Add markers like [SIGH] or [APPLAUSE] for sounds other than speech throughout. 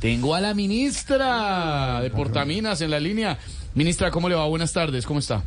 Tengo a la ministra de Portaminas en la línea. Ministra, ¿cómo le va? Buenas tardes, ¿cómo está?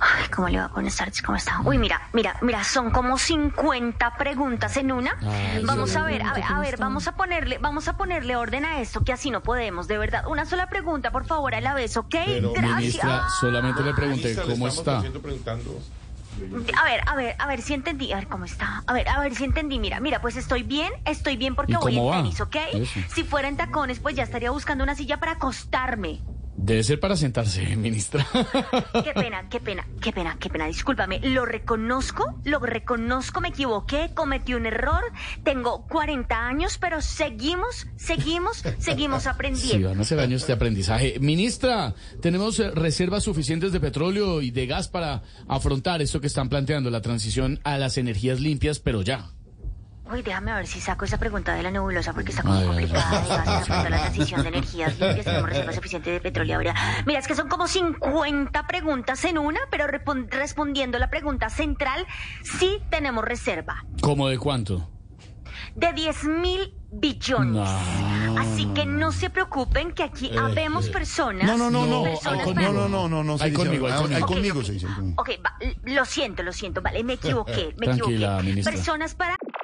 Ay, ¿cómo le va? Buenas tardes, ¿cómo está? Uy, mira, mira, mira, son como 50 preguntas en una. vamos a ver, a ver, a ver, vamos a ponerle, vamos a ponerle orden a esto, que así no podemos, de verdad. Una sola pregunta, por favor, a la vez, ¿ok? Ministra, solamente le pregunté Ministra, le cómo estamos está. haciendo preguntando. A ver, a ver, a ver si entendí. A ver cómo está. A ver, a ver si entendí. Mira, mira, pues estoy bien, estoy bien ¿Y porque voy cómo en va? tenis, ¿ok? Eso. Si fuera en tacones, pues ya estaría buscando una silla para acostarme. Debe ser para sentarse, [LAUGHS] ministra. Qué pena, qué pena, qué pena, qué pena. Discúlpame, lo reconozco, lo reconozco, me equivoqué, cometí un error. Tengo 40 años, pero seguimos, seguimos, seguimos Sí, aprendiendo. van a ser años de aprendizaje. Ministra, ¿tenemos eh, reservas suficientes de petróleo y de gas para afrontar esto que están planteando, la transición a las energías limpias, pero ya? Uy, déjame ver si saco esa pregunta de la nebulosa porque está A como ver. complicada y va a ser afectar la transición de energías limpias. Tenemos reserva suficiente de petróleo ahora. Mira, es que son como 50 preguntas en una, pero respon- respondiendo la pregunta central, sí tenemos reserva. ¿Cómo de cuánto? de 10 mil billones. No. Así que no se preocupen que aquí habemos personas. Eh, No, no, no, no. hay personas No, conmigo. para- no, no, no, no. se Hay dice- conmigo, hay ah, conmigo. hay Ok, conmigo, ok. se dice. Ok, va, lo siento, lo siento, vale, me [LAUGHS] equivoqué, me Tranquila, equivoqué. ministra. Personas para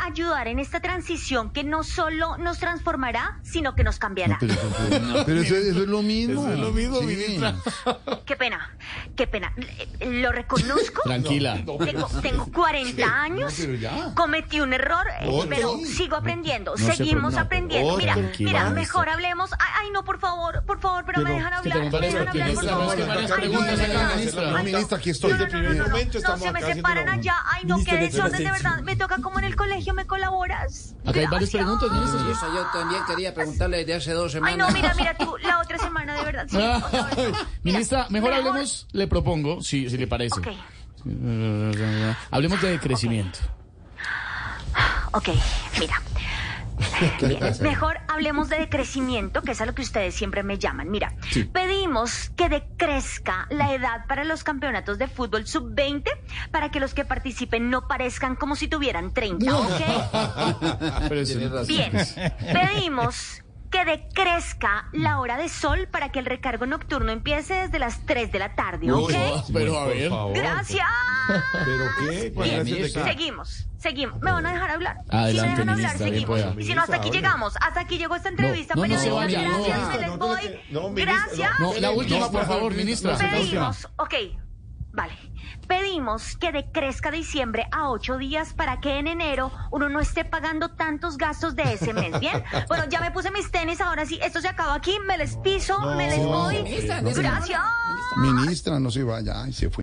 ayudar en esta transición que no solo nos transformará, sino que nos cambiará. Pero, eso- pero eso, eso es lo mismo. Eso es lo mismo, Sí. ministra. Qué pena, qué pena. Eh, Lo reconozco. [LAUGHS] Tranquila. Tengo, tengo 40 años, pero ya. cometí un error, eh, Otro. pero sigo aprendiendo, se seguimos preocupe. aprendiendo. Otro. Mira, Tranquila, mira, ministra. mejor hablemos. Ay, ay, no, por favor, por favor, pero, me dejan es que hablar. tengo Me dejan varias hablar, por preguntas, favor. es que varias Ay, no, preguntas de acá, verdad. ministra. No, Ministra, aquí estoy. No, no, no, no, no, momento no, estamos se me acá haciendo separan la- allá. Ay, no, Ministra, qué le desorden, de presento. verdad. Me toca como en el colegio, ¿me colaboras? Acá hay varias Gracias. preguntas, ministra. Esa yo también quería preguntarle desde hace dos semanas. Ay, no, mira, mira, tú, la otra semana, de verdad. sí, otra [LAUGHS] vez. Ay, Mira, Ministra, mejor hablemos, le propongo, si, si le parece. Ok. Hablemos de crecimiento. Ok, mira. Bien, Mejor hablemos de decrecimiento, que es a lo que ustedes siempre me llaman. Mira, Sí. pedimos que decrezca la edad para los campeonatos de fútbol sub-20 para que los que participen no parezcan como si tuvieran 30, ¿ok? Pero eso- Tienes razón. Bien, pedimos que decrezca la hora de sol para que el recargo nocturno empiece desde las 3 de la tarde, ¿ok? Pero a ver. Gracias. ¿Pero qué? ¿Cuál Bien, gracias de qué? Seguimos, seguimos. ¿Me van a dejar hablar? Adelante, si me dejan hablar, ministra, bien seguimos. pueda. Y si no, hasta aquí Ministra, llegamos. Hasta aquí llegó esta entrevista. no, no se periodistas, vaya, no, gracias, no, me les no, no, voy. no, ministra, gracias. No, la última, No, por no, favor, no, ministra. la última. Pedimos, ok, vale. Pedimos que decrezca diciembre a ocho días para que en enero uno no esté pagando tantos gastos de ese mes, ¿bien? Bueno, ya me puse mis tenis, ahora sí, esto se acaba aquí, me les piso, me les voy. Ministra, no se Gracias. Ministra, no se vaya. Ay, se fue.